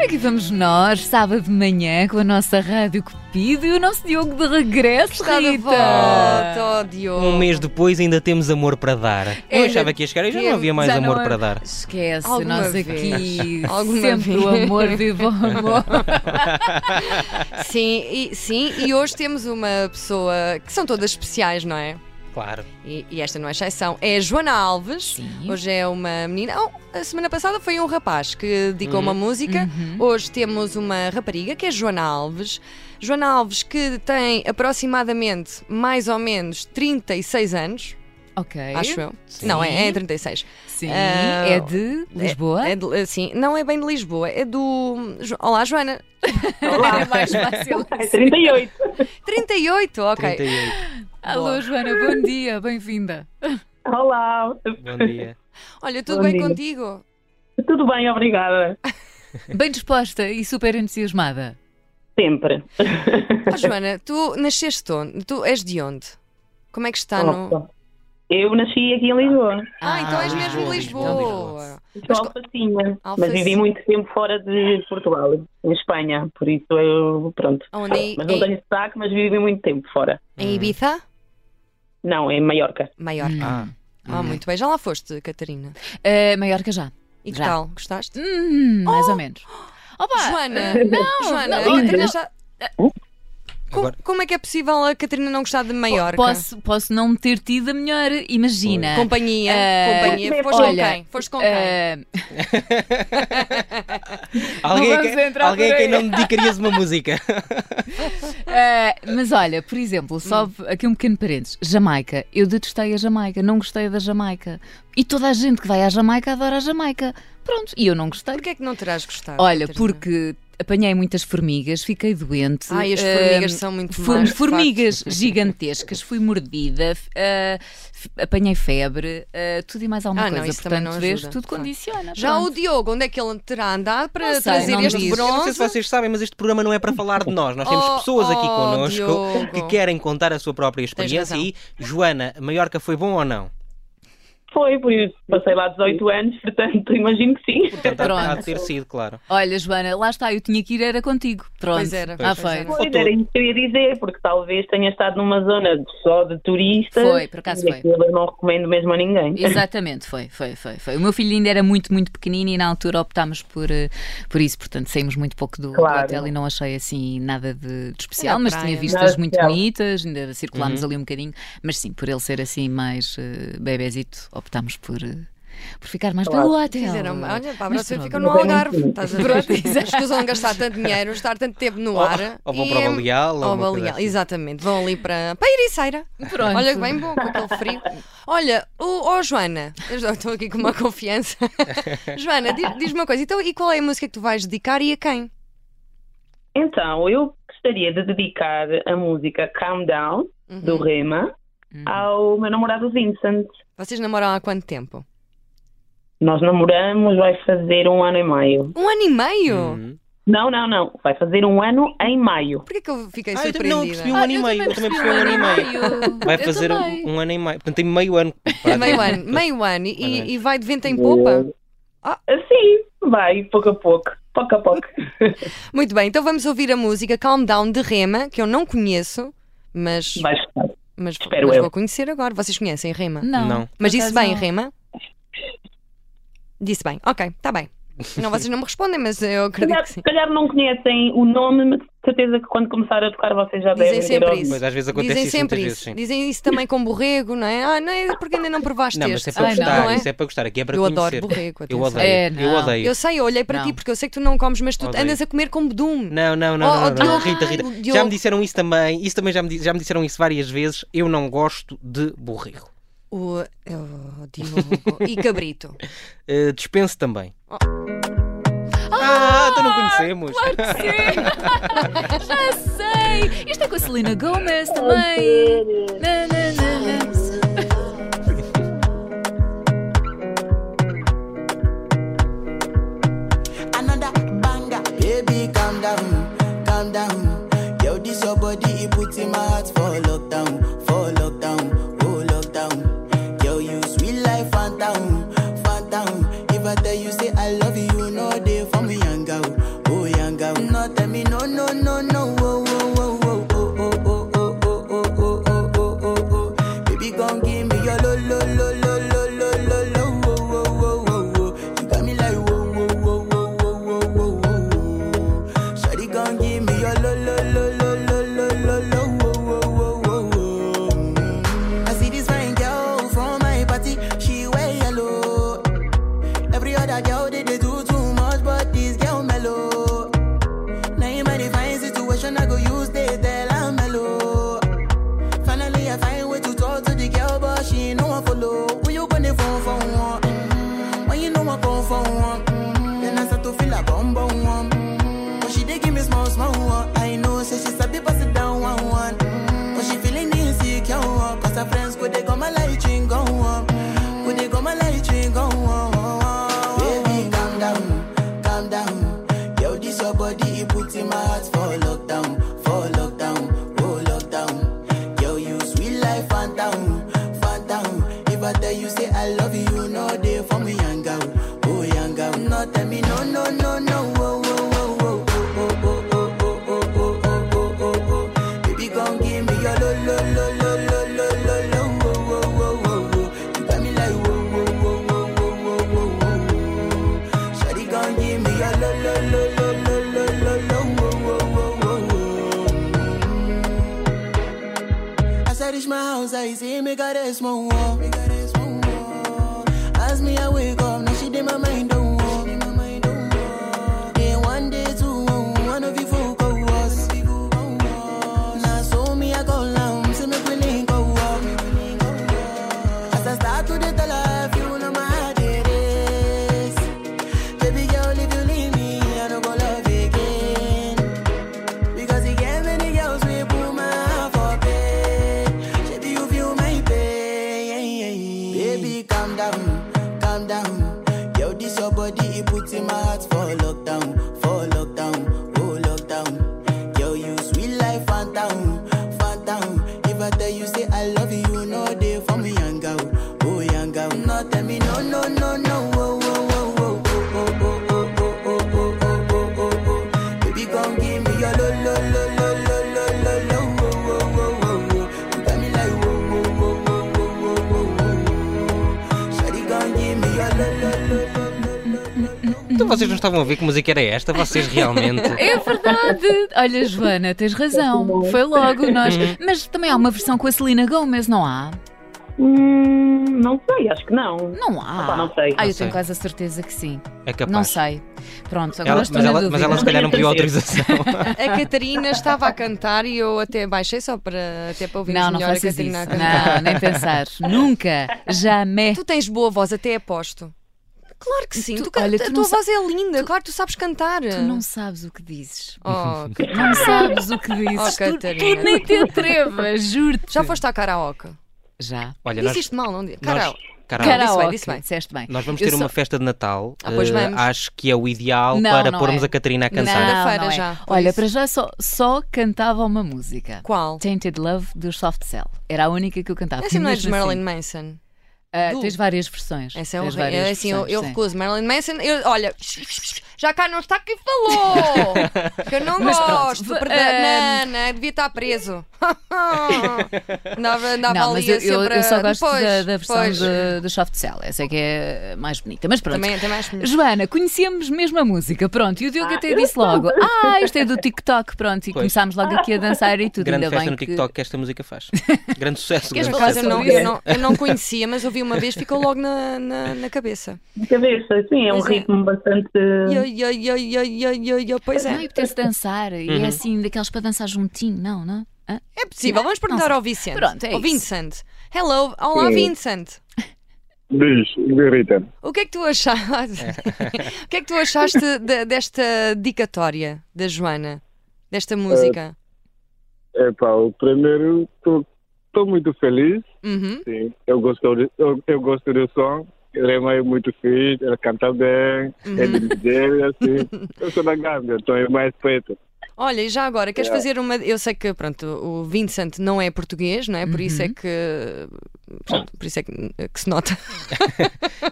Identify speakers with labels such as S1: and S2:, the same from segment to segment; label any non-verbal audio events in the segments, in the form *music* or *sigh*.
S1: é vamos nós, sábado de manhã, com a nossa Rádio Cupido e o nosso Diogo de regresso,
S2: Está de
S1: Rita.
S2: volta, oh, Diogo.
S3: Um mês depois ainda temos amor para dar. Eu
S2: Ainda
S3: achava que ia chegar e já não havia mais
S1: Já não
S3: amor
S2: é.
S1: há-
S3: para dar.
S1: Esquece,
S2: Alguma
S1: nós
S2: vez.
S1: aqui
S2: Alguma
S1: sempre
S2: vez.
S1: o amor de bom
S2: *laughs*
S1: amor.
S2: Sim e, sim, e hoje temos uma pessoa que são todas especiais, não é?
S3: Claro.
S2: E, e esta não é exceção. É a Joana Alves.
S1: Sim.
S2: Hoje é uma menina. Oh, a semana passada foi um rapaz que dedicou uma música.
S1: Uhum.
S2: Hoje temos uma rapariga que é Joana Alves. Joana Alves, que tem aproximadamente mais ou menos 36 anos,
S1: Ok.
S2: acho eu. Não, é, é 36.
S1: Sim,
S2: Ah,
S1: é de Lisboa.
S2: É de- sim, não é bem de Lisboa, é do. Jo- Olá, Joana.
S4: *laughs*
S1: É *laughs* mais fácil.
S4: É 38.
S2: 38, ok.
S3: 38.
S1: Alô, Joana, bom dia, bem-vinda.
S4: Olá.
S2: *laughs*
S3: Bom dia.
S2: Olha, tudo
S4: Bom
S2: bem
S4: dia.
S2: contigo?
S4: Tudo bem, obrigada.
S1: Bem disposta e super entusiasmada.
S4: Sempre.
S2: Ó, Joana, tu nasceste onde? Tu és de onde? Como é que
S1: Tá,
S2: está no.
S4: Opa. Eu nasci aqui em Lisboa.
S2: Ah, então és
S1: Ah,
S2: mesmo de
S1: Lisboa,
S2: Lisboa.
S4: Sou
S2: Mas co-
S4: alfacinha. Mas
S2: Alfacinha.
S4: vivi muito tempo fora de Portugal, em Espanha. Por isso eu, pronto.
S2: Onde? Em,
S4: Mas
S1: é-
S4: não
S2: em-
S4: tenho sotaque, mas vivi muito tempo fora.
S2: em Ibiza?
S4: Não, em Maiorca.
S2: Maior.
S1: Hum.
S3: Ah,
S2: Ah, muito bem. Já lá foste, Catarina.
S1: Ah, Maiorca já.
S2: E que
S1: Já.
S2: tal? Gostaste?
S1: Hum, mais ou menos. Opa!
S2: Oh! Joana!
S1: Não,
S2: Joana,
S1: não,
S2: a Catarina
S1: não.
S2: está-
S4: Hum?
S2: Co-
S3: Agora-
S2: Como é que é possível a Catarina não gostar de Maiorca?
S1: Posso, posso não ter tido a melhor, imagina.
S2: Companhia,
S1: Ah,
S2: companhia. Foste
S1: olha,
S2: com quem? Foste com quem?
S1: Ah,
S3: Alguém,
S1: vamos
S3: a quem,
S1: entrar
S3: alguém
S1: por
S3: a quem
S1: aí.
S3: não dedicarias uma música.
S2: *laughs*
S1: ah, mas olha, por exemplo, só
S2: Hum.
S1: aqui um pequeno parênteses. Jamaica. Eu detestei a Jamaica, não gostei da Jamaica. E toda a gente que vai à Jamaica adora a Jamaica. Pronto, e eu não gostei.
S2: Porquê é que não terás gostado?
S1: Olha,
S2: Catarina?
S1: porque apanhei muitas formigas, fiquei doente. eh,
S2: Ai, as formigas são muito
S1: ah, fo-
S2: más, de
S1: Formigas gigantescas, fui mordida, f- ah, f- apanhei febre, ah, tudo e mais alguma
S2: Ah, não,
S1: coisa.
S2: isso também
S1: Portanto,
S2: não
S1: vês,
S2: ajuda,
S1: tudo
S2: claro.
S1: condiciona.
S2: Já
S1: pronto.
S2: o Diogo, onde é que ele terá andado para
S1: Não sei,
S2: trazer
S1: não
S2: este
S1: diz.
S3: Eu não sei se
S1: assim,
S2: bronze?
S3: vocês sabem, mas este programa não é para falar de nós. Nós temos
S2: Oh,
S3: pessoas aqui
S2: oh,
S3: connosco
S2: Diogo.
S3: que querem contar a sua própria experiência.
S2: razão.
S3: E, Joana, Maiorca foi bom ou não?
S4: Foi, por isso passei lá 18 anos, portanto imagino que sim.
S3: Portanto, há
S1: Pronto.
S3: de ter sido, claro.
S1: Olha, Joana, lá está, eu tinha que ir, era contigo. Pronto.
S2: Pois era,
S1: Ah,
S2: pois
S1: foi.
S2: era.
S4: Pois era isso que eu ia dizer, porque talvez tenha estado numa zona só de turistas.
S1: Foi, por acaso
S4: E
S1: foi.
S4: aquilo Eu não recomendo mesmo a ninguém.
S1: Exatamente, foi, foi, foi, foi. O meu filho ainda era muito, muito pequenino e na altura optámos por, eh, por isso, portanto saímos muito pouco do, do
S4: Claro.
S1: hotel e não achei assim nada de, de especial,
S2: Era
S1: mas
S2: praia,
S1: tinha
S3: né?
S2: não é?
S1: vistas
S4: Nada
S1: muito
S4: especial.
S1: bonitas, ainda
S3: Uhum.
S1: circulámos ali um bocadinho, mas sim, por ele ser assim mais uh, bebezito, optámos por, eh, por ficar mais
S4: Claro.
S1: pelo hotel.
S3: é
S2: Fizeram, olha, para a
S1: então, Mas
S2: próxima
S1: pronto.
S2: ficam no Algarve. Estás a ver? Escusam de gastar tanto dinheiro, estar tanto tempo no
S3: Ou-
S2: ar.
S3: ou vão
S2: e
S3: para
S2: é-
S3: Baleal, ou
S2: Ou
S3: uma coisa
S2: Baleal,
S3: assim.
S2: exatamente. Vão ali para, para Ericeira.
S1: Pronto.
S2: Olha que bem bom com aquele frio. Olha, o, oh, Joana, eu já estou aqui com uma confiança.
S3: *laughs*
S2: Joana, diz- diz-me uma coisa, então e qual é a música que tu vais dedicar e a quem?
S4: Então, eu gostaria de dedicar a música Calm Down,
S2: Uhum.
S4: do Rema, ao meu namorado Vincent.
S2: Vocês namoram há quanto tempo?
S4: Nós namoramos, vai fazer um ano em maio.
S2: Um ano e meio?
S3: Uhum.
S4: Não, não, não. Vai fazer um ano em maio.
S2: Porquê que eu fiquei
S3: Ah, eu também não
S2: surpreendida?
S3: percebi um ano e meio. Eu também percebi um ano e meio. Vai
S1: Eu
S3: fazer
S1: também.
S3: um, um ano e meio. Portanto, tem meio ano.
S2: *laughs* É Meio
S3: *laughs*
S2: ano, meio ano
S3: Mais ou
S2: e, e vai de vento em popa? Ah.
S4: Assim, Eh, vai, pouco a pouco. Pouco
S2: *laughs*
S4: a pouco.
S2: Muito bem, então vamos ouvir a música Calm Down de Rema, que eu não conheço, mas,
S4: Vai estar.
S2: mas,
S4: espero
S2: mas
S4: eu.
S2: vou conhecer agora. Vocês conhecem Rema?
S1: Não.
S3: Não.
S2: Mas disse bem,
S1: Rei.
S2: Rema? Disse bem, ok, está bem. Não, vocês não me respondem, mas eu acredito que
S4: Se
S2: sim.
S4: calhar não conhecem o nome, mas de certeza que quando começar a tocar vocês já
S2: Dizem
S4: devem ter
S2: sempre
S4: ouvido.
S2: isso.
S3: Pois às vezes acontece
S2: Dizem
S3: isso
S2: sempre
S3: muitas
S2: isso.
S3: vezes, sim.
S2: Dizem isso também com borrego, não é? Ah, não é porque ainda não provaste
S3: Não, mas
S2: este.
S3: é para
S1: Ai, não.
S3: gostar,
S2: não é?
S3: isso é para gostar, aqui é para
S2: eu
S3: conhecer.
S2: adoro borrego.
S3: Eu
S2: atenção.
S3: odeio,
S1: É,
S3: eu
S1: não.
S3: odeio.
S2: Eu sei, eu olhei para
S1: Não.
S2: ti porque eu sei que tu não comes, mas tu
S3: Odeio.
S2: andas a comer com bedume.
S3: Não, não, não,
S2: Oh,
S3: não, não, não,
S2: Diogo.
S3: Rita, Rita.
S2: Ai,
S3: Já
S2: Diogo.
S3: me disseram isso também, isso também já me, di- já me disseram isso várias vezes. Eu não gosto de borrego.
S2: O, oh, Diogo. E cabrito.
S3: Uh, dispenso também.
S2: Oh.
S3: Ah, então não conhecemos.
S1: Sim. Já sei! Isto é com a Selena Gomez também! Na, na, na, na.
S5: another banger. Baby, calm down, calm down. Yo, this your body, it puts in my heart for lockdown, for lockdown, oh lockdown. Yo, you sweet life, phantom, phantom. If I tell you, say I love you, you know they for me, young girl, oh young oh, Oh, Oh, reach my house, I see me got a small wall. Me got a small wall. As me I wake up, now she did my mind don't walk. Day one, day two, one of you folk go was. Now so me I go long, see me willing go walk. As I start to the tell her, you know my heart it is. Baby girl, if you leave me, I don't go love again. Because he gave many girls we put my heart for bed. Baby, you feel my pain. Baby, calm down, calm down. Yo, this your body, it puts in my heart for lockdown, for lockdown, oh lockdown. Yo, you sweet life, phantom, phantom. If I tell you say I love you, you know they for me young girl, oh young girl. No, tell me no, no, no, no. oh, oh, oh, oh, oh, oh, oh, oh, oh, oh, oh, oh, oh, oh. Baby, come give me your lo lo lo lo lo lo lo lo wo wo wo wo wo. You got me like wo wo wo wo wo wo wo wo. Shawty, come give me your lo lo lo lo lo lo lo lo.
S3: Então vocês não estavam a ver que música era esta?
S2: *laughs*
S3: Vocês realmente.
S1: É verdade! Olha, Joana, tens razão. Foi logo nós.
S3: Hum.
S1: Mas também há uma versão com a Celina Gomes, não há?
S4: Hum, não sei, acho que não.
S1: Não há.
S4: Opa, não sei.
S1: Ah, eu tenho
S3: Não sei.
S1: quase a certeza que sim.
S3: É capaz.
S1: Não sei. Pronto, agora
S3: Ela-
S1: estou
S3: mas,
S1: na
S3: ela,
S1: dúvida.
S3: mas ela se calhar não pediu autorização.
S2: A Catarina estava a cantar e eu até baixei só para, até para ouvir
S1: Não, não
S2: melhor é a
S1: faças isso.
S2: Catarina a cantar.
S1: Não, é? nem
S2: *laughs*
S1: pensar. Nunca. Jamais.
S2: Tu tens boa voz, até aposto. Claro que sim.
S1: Tu-
S2: Tu, can-
S1: olha,
S2: a
S1: tu
S2: tua
S1: não sa-
S2: voz é linda, claro, tu sabes cantar.
S1: Tu não sabes o que dizes.
S2: *laughs* Oh, que-
S1: Não sabes o que dizes.
S2: Oh,
S1: tu,
S2: Catarina.
S1: tu nem te atrevas, juro-te.
S2: Já foste à karaoke?
S1: Já.
S3: *laughs* Olha, nós.
S2: Diziste mal, não diz?
S3: nós-
S2: Karaoke.
S3: Caralho.
S2: Karaoke.
S1: Karaoke.
S2: disse bem.
S1: Disseste bem.
S3: Nós vamos
S1: Eu
S3: ter
S1: só-
S3: uma festa de Natal.
S2: Ah, pois
S3: Eh,
S2: vamos.
S3: acho que é o ideal
S1: Não,
S3: para
S1: não
S3: pormos
S1: é.
S3: a Catarina a
S1: Não,
S3: cantar.
S2: Segunda-feira
S1: não é.
S2: já, por
S1: Olha,
S2: isso.
S1: para já só, só cantava uma música.
S2: Qual?
S1: Tainted Love dos Soft Cell. Era a única que eu cantava.
S2: Essa não é
S1: Mesmo assim.
S2: de Marilyn Manson.
S1: Ah,
S2: Du.
S1: tens várias versões.
S2: Essa
S1: Tens
S2: é horrível.
S1: várias
S2: É assim, eu,
S1: versões,
S2: eu
S1: sim.
S2: recuso. Marilyn Manson, eu- olha, já cá não está quem
S1: *laughs*
S2: falou. que eu não gosto.
S1: pronto,
S2: Perdão.
S1: eh,
S2: Não, não, devia estar preso. *laughs* andava andava
S1: Não,
S2: ali
S1: mas eu,
S2: a
S1: eu-
S2: sempre
S1: eu só
S2: a-
S1: gosto
S2: Pois,
S1: da, da versão
S2: pois.
S1: de- do Soft Cell. Essa é que é mais bonita. Mas pronto.
S2: Também, é. também acho melhor.
S1: Joana, conhecíamos mesmo a música, pronto, e o Diogo até disse logo: Ah, isto é do TikTok, pronto, e
S3: Pois.
S1: começámos logo aqui a dançar e tudo.
S3: Grande
S1: Ainda
S3: festa
S1: bem
S3: no
S1: que-
S3: TikTok que... esta
S1: *laughs*
S3: música faz. Grande sucesso.
S1: Queres
S3: grande
S2: Por acaso,
S1: falar
S2: eu,
S3: sucesso.
S2: não,
S1: sobre
S2: eu
S1: isso?
S2: não- eu não conhecia, mas ouvi uma vez, ficou logo na, na, na cabeça.
S4: De cabeça, sim, é um
S2: Pois é.
S4: ritmo bastante.
S2: Yo, yo, yo, yo, yo, yo, yo, Pois
S1: Não, e
S2: é.
S1: apetece dançar,
S3: Uhum.
S1: e é assim, daqueles para dançar juntinho, não, não? Hã?
S2: É possível, vamos perguntar
S1: sei.
S2: ao Vicente.
S1: Pronto, é
S2: ao
S1: isso.
S2: Vincent. Hello, olá Vincent.
S6: Diz, Rita,
S2: O que é que tu achaste? *laughs* o que é que tu achaste de- desta dicatória da Joana? Desta música?
S6: epá, o primeiro, estou muito feliz,
S2: Uhum.
S6: sim, eu gosto, de, eu, eu gosto do som, ele é mais muito fixe, ele canta bem, é de Nigéria, assim, eu sou da Gâmbia, então é mais preto.
S2: Olha, e já agora, queres fazer uma. Eu sei que, pronto, o Vincent não é português, não é? Por isso é que. pronto, por isso é que, que se nota.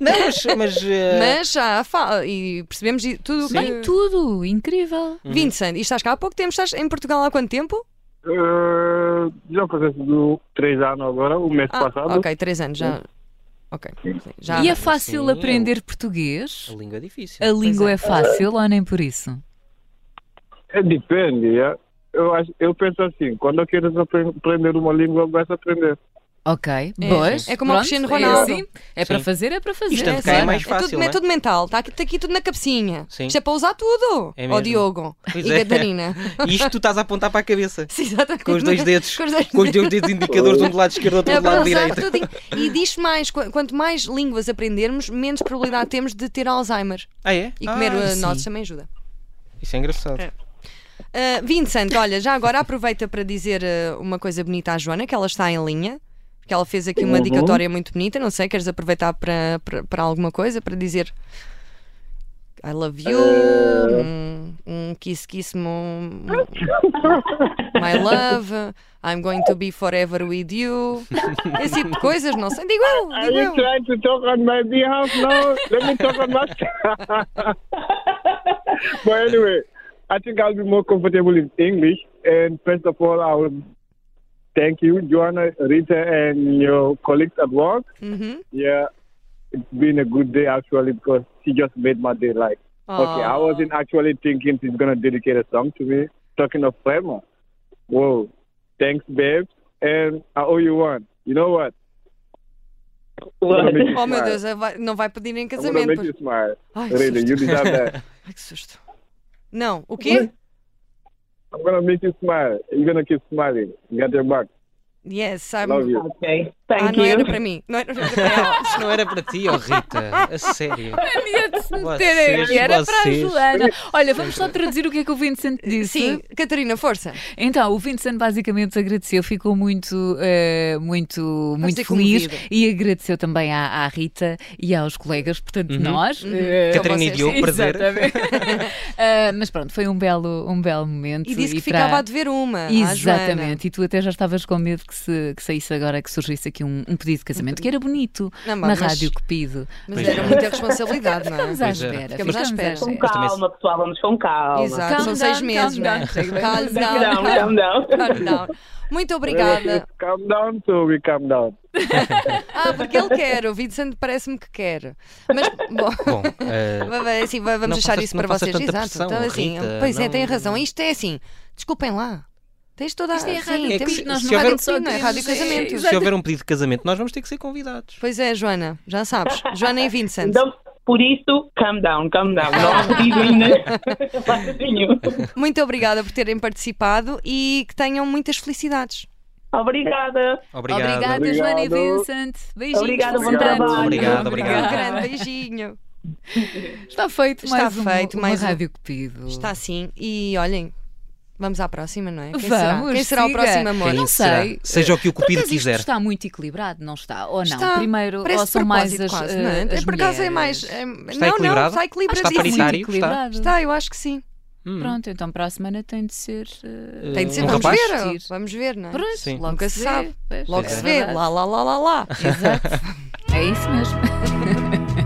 S3: Não, mas. mas, eh,
S2: Mas já fala. E percebemos i- tudo o que.
S1: Bem, tudo, incrível.
S2: Vincent, e estás cá há pouco tempo? Estás em Portugal há quanto tempo?
S6: Eh, já fazendo do três anos agora, o mês passado,
S2: Ah, ok, três anos já. Ok, já.
S1: E é fácil
S3: sim,
S1: aprender
S3: eu-
S1: português?
S3: A língua é difícil.
S1: A língua
S2: é.
S1: é fácil ou nem por isso?
S6: é, depende, é. eu, acho, eu penso assim, quando eu quero apre- aprender uma língua, eu gosto de aprender.
S1: Ok,
S2: É,
S1: pois.
S2: é como o
S1: pronto,
S2: Cristiano
S1: É,
S2: Ronaldo.
S1: assim, é para
S3: Sim.
S1: fazer, é para fazer.
S3: Isto é de
S1: é
S3: cá é
S1: claro.
S3: mais
S2: É
S3: fácil.
S2: tudo,
S3: não
S2: é tudo mental, está aqui, tá aqui tudo na cabecinha.
S3: Sim.
S2: Isto é para usar tudo.
S3: É
S2: Ó
S3: mesmo.
S2: Diogo
S3: Pois
S2: e
S3: é. *laughs*
S2: Catarina.
S3: E isto tu estás a apontar para a cabeça.
S2: Sim, exatamente.
S3: Com
S1: *laughs*
S3: os dois dedos.
S2: Com os dois
S3: Com os dois dedos indicadores, um do lado esquerdo, outro
S2: É
S3: do
S2: para
S3: lado
S2: usar
S3: direito.
S2: tudo. em- E diz mais: qu- quanto mais línguas aprendermos, menos probabilidade temos de ter Alzheimer.
S3: Ah, é?
S2: E comer
S3: Ah,
S2: eh,
S3: sim.
S2: nozes também ajuda.
S3: Isso é engraçado.
S2: Ah, Vincent, olha, já agora aproveita para dizer ah, uma coisa bonita à Joana, que ela está em linha, porque ela fez aqui uma dicatória muito bonita. Não sei, queres aproveitar para, para, para alguma coisa, para dizer I love you, um, um kiss, kiss, um, my love, I'm going to be forever with you, esse tipo de coisas, não sei, digo eu,
S6: Are
S2: digo
S6: you
S2: eu.
S6: trying to talk on my behalf now? Let me talk on my. but anyway, I think I'll be more comfortable in English. And first of all, I would thank you, Joanna, Rita, and your colleagues at work.
S2: Uhum.
S6: Yeah, it's been a good day actually because she just made my day. Like, okay, I
S2: Aw.
S6: wasn't actually thinking she's gonna dedicate a song to me. Talking of Prema, whoa, thanks, babes, and I owe you one. You know what? I'm
S4: What?
S6: gonna make you
S2: Oh meu
S6: smile.
S2: Deus, vai- não vai pedir em
S6: I'm gonna
S2: casamento.
S6: make
S2: pois.
S6: you smile.
S2: Ai, que
S6: *laughs* Really, you
S2: susto.
S6: deserve that.
S2: Ai, que susto. Não, o quê?
S6: *laughs* I'm gonna make you smile. You're gonna keep smiling. You got your back.
S2: Yes,
S6: I
S2: I'm...
S6: love you.
S4: Tá Ok.
S2: Ah,
S4: Thank
S2: não
S4: you.
S2: era para mim. Não era para
S3: *laughs*
S2: ela.
S3: Isso não era para ti, oh Rita. A sério. *laughs*
S1: Ia de se meter
S3: Vocês,
S1: aqui, era para a
S3: vocês.
S1: Joana. Olha, vamos só traduzir o que é que o Vincent disse.
S2: Sim, Catarina, força.
S1: Então, o Vincent basicamente agradeceu, ficou muito, eh, muito, muito
S2: ser
S1: feliz
S2: comovido.
S1: e agradeceu também à, à Rita e aos colegas, portanto,
S3: Uhum.
S1: nós.
S2: Uhum.
S1: eh,
S2: Catarina
S3: Catarina
S1: *laughs*
S2: vocês.
S3: e Diogo, prazer.
S1: Exatamente. *laughs* Eh, mas pronto, foi um belo, um belo momento.
S2: E disse que
S1: para-
S2: ficava a dever uma. à Joana.
S1: Exatamente, e tu até já estavas com medo que, se, que saísse agora, que surgisse aqui um, um pedido de casamento, que era bonito,
S2: Não,
S1: na
S2: mas-
S1: rádio Cupido.
S2: Mas
S3: Pois
S2: era
S3: é.
S2: muita responsabilidade, não é?
S1: Ficamos à
S3: Pois era.
S1: espera,
S2: Ficamos à espera.
S4: Com
S3: Mas também-
S4: calma, pessoal, vamos com calma.
S2: Exato,
S1: Calm
S2: são seis
S1: down,
S2: meses,
S1: calm
S2: não
S1: down.
S2: é?
S1: Chega bem.
S2: Calm
S4: Calm down,
S2: down,
S4: calm
S2: *laughs*
S4: down.
S2: calm down. Muito obrigada.
S6: Calm down, so we calm down.
S2: Ah, porque ele quer, o Vincent parece-me que quer. Mas, bom.
S3: Bom, eh,
S2: Va- va- assim, va- vamos
S3: Não
S2: deixar
S3: faças-
S2: isso
S3: não
S2: para
S3: faças
S2: vocês.
S3: tanta
S2: Exato.
S3: pressão,
S2: então, assim,
S3: Rita,
S2: pois é,
S3: não-
S2: tem razão. Isto é assim. Desculpem lá. Tens toda a
S1: Isto é a
S2: sim,
S1: rádio,
S3: É que
S2: temos-
S3: se-
S1: nós
S3: se
S1: não
S3: houver-
S1: rádio só
S2: Não é
S1: queremos-
S2: rádio casamento.
S1: Exato.
S3: se houver um pedido de casamento, nós vamos ter que ser convidados.
S2: Pois é, Joana, já sabes. Joana e Vincent.
S4: Então, por isso, calm down, calm down. Não
S2: *laughs*
S4: há pedido ainda. *laughs* assim. Faz nenhum.
S2: Muito obrigada por terem participado e que tenham muitas felicidades.
S4: Obrigada.
S3: Obrigado.
S1: Obrigada, Joana e
S6: Obrigado.
S1: Vincent. Beijinhos. um
S4: Obrigada, bom
S1: portanto.
S4: trabalho.
S3: Obrigado,
S2: Um
S1: Ah.
S3: obrigado.
S2: grande beijinho.
S1: Está feito
S2: Está
S1: mais um,
S2: feito mais um.
S1: uma Rádio Cupido.
S2: Está assim. E olhem, vamos à próxima, não é? Quem será?
S1: Vamos,
S2: Quem será o
S1: siga.
S2: próximo amor?
S3: Quem
S1: Não
S3: será?
S1: sei.
S3: Seja o que o
S1: Por
S3: Cupido
S1: acaso isto
S3: quiser.
S1: está muito equilibrado, não está? Ou não?
S2: Está.
S1: Primeiro,
S2: Parece
S1: ou
S2: de
S1: são mais
S2: propósito
S1: as,
S2: quase,
S1: eh,
S2: não é?
S1: as
S2: Por acaso é
S1: mulheres?
S2: mais. é- não, não,
S3: equilibrado?
S2: está equilibrado.
S3: Está
S1: Está muito
S3: paritário, está.
S1: equilibrado.
S2: Está, eu acho que sim.
S3: Hum.
S1: Pronto, então para a semana tem de ser. eh,
S2: Tem de ser,
S3: Um
S2: vamos
S3: rapaz?
S2: ver.
S1: Sim.
S2: Vamos ver, não é?
S1: Pronto,
S3: Sim.
S1: logo
S2: Nunca
S1: se
S2: se
S1: vê,
S2: sabe.
S1: pois,
S2: Logo
S1: é
S2: se vê.
S1: verdade.
S2: Lá, lá, lá, lá, lá.
S1: Exato. É isso mesmo.